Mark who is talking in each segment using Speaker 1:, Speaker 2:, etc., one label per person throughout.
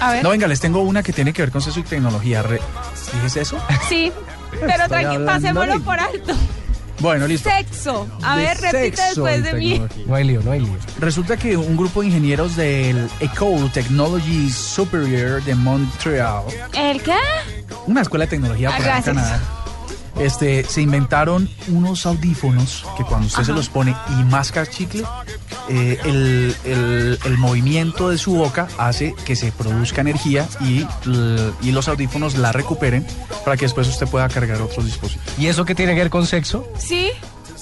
Speaker 1: A ver.
Speaker 2: No, venga, les tengo una que tiene que ver con sexo y tecnología. Re- ¿Dijes eso?
Speaker 1: Sí, pero tranqui,
Speaker 2: hablando
Speaker 1: pasémoslo
Speaker 2: ahí.
Speaker 1: por alto.
Speaker 2: Bueno, listo.
Speaker 1: Sexo. A ver, repite después de mí.
Speaker 3: No hay lío, no hay lío.
Speaker 2: Resulta que un grupo de ingenieros del École Technology Superior de Montreal,
Speaker 1: ¿El qué?
Speaker 2: una escuela de tecnología
Speaker 1: Ah,
Speaker 2: por acá en
Speaker 1: gracias.
Speaker 2: Canadá, este, se inventaron unos audífonos que cuando usted se los pone y masca chicle, eh, el, el- el movimiento de su boca hace que se produzca energía y, l- y los audífonos la recuperen para que después usted pueda cargar otros dispositivos.
Speaker 3: ¿Y eso qué tiene que ver con sexo?
Speaker 1: Sí.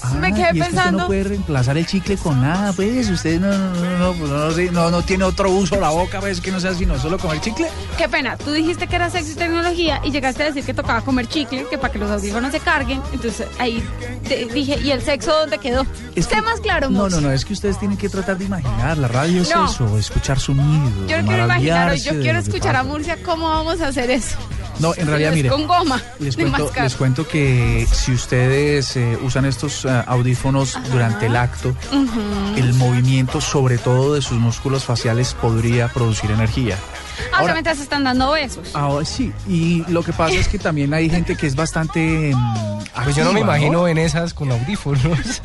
Speaker 2: Ah,
Speaker 1: Me
Speaker 2: y es
Speaker 1: quedé
Speaker 2: que usted
Speaker 1: pensando.
Speaker 2: no puede reemplazar el chicle con nada, pues. Usted no, no, no, no, pues, no, sé, no, no tiene otro uso la boca, pues, que no sea sino solo comer chicle.
Speaker 1: Qué pena, tú dijiste que era sexo y tecnología y llegaste a decir que tocaba comer chicle, que para que los audífonos se carguen. Entonces ahí te dije, ¿y el sexo dónde quedó?
Speaker 2: Es
Speaker 1: sé
Speaker 2: que-
Speaker 1: más claro,
Speaker 2: No,
Speaker 1: Mox.
Speaker 2: no, no, es que ustedes tienen que tratar de imaginar. La radio es
Speaker 1: No.
Speaker 2: eso, escuchar sonido.
Speaker 1: Yo no quiero imaginar, yo
Speaker 2: maravillarse de
Speaker 1: quiero
Speaker 2: lo que
Speaker 1: escuchar a
Speaker 2: pasa.
Speaker 1: Murcia cómo vamos a hacer eso.
Speaker 2: No, en realidad,
Speaker 1: Es
Speaker 2: mire.
Speaker 1: Con goma.
Speaker 2: Les
Speaker 1: de
Speaker 2: cuento,
Speaker 1: mascar.
Speaker 2: les cuento que si ustedes eh, usan estos ah, audífonos durante el acto, el movimiento, sobre todo de sus músculos faciales, podría producir energía.
Speaker 1: Ah,
Speaker 2: Ahora- Ah,
Speaker 1: o sea, mientras se están dando besos.
Speaker 2: Ahora sí, y lo que pasa es que también hay gente que es bastante. mm,
Speaker 3: Pues yo no
Speaker 2: activa,
Speaker 3: me imagino en esas con audífonos.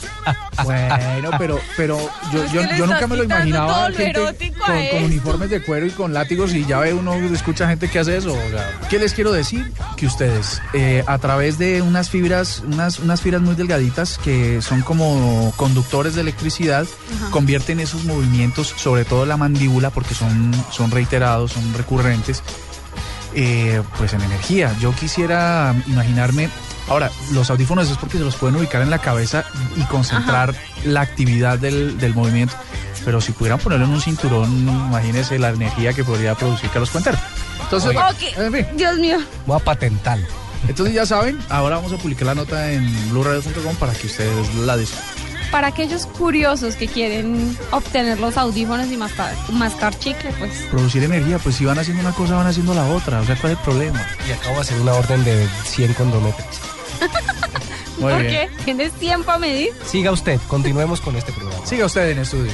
Speaker 2: Bueno, pero, pero yo,
Speaker 1: Es
Speaker 2: yo,
Speaker 1: que le
Speaker 2: yo nunca
Speaker 1: estás
Speaker 2: me lo
Speaker 1: quitando
Speaker 2: imaginaba.
Speaker 1: todo lo
Speaker 2: gente
Speaker 1: erótico a
Speaker 2: con, con
Speaker 1: esto.
Speaker 2: uniformes de cuero y con látigos y ya ve uno escucha gente que hace eso. o sea, ¿Qué les quiero decir? Que ustedes, eh, a través de unas fibras, unas, unas fibras muy delgaditas que son como conductores de electricidad, convierten esos movimientos, sobre todo la mandíbula, porque son, son reiterados, son recurrentes, eh, pues en energía. Yo quisiera imaginarme. Ahora, los audífonos es porque se los pueden ubicar en la cabeza y concentrar la actividad del, del movimiento. Pero si pudieran ponerlo en un cinturón, imagínense la energía que podría producir Carlos Cuentero. Entonces,
Speaker 3: Oiga.
Speaker 1: Ok.
Speaker 2: en fin,
Speaker 1: Dios mío.
Speaker 3: Voy a patentarlo.
Speaker 2: entonces ya saben, ahora vamos a publicar la nota en blueradio.com para que ustedes la disfruten.
Speaker 1: Para aquellos curiosos que quieren obtener los audífonos y mascar, mascar chicle, pues.
Speaker 2: Producir energía, pues si van haciendo una cosa, van haciendo la otra. O sea, ¿cuál es el problema?
Speaker 3: Y acabo de hacer una orden de 100 condometres.
Speaker 2: Muy
Speaker 1: ¿Por
Speaker 2: bien.
Speaker 1: qué? ¿Tienes tiempo a medir?
Speaker 3: Siga usted, continuemos con este programa.
Speaker 2: Siga usted en estudio.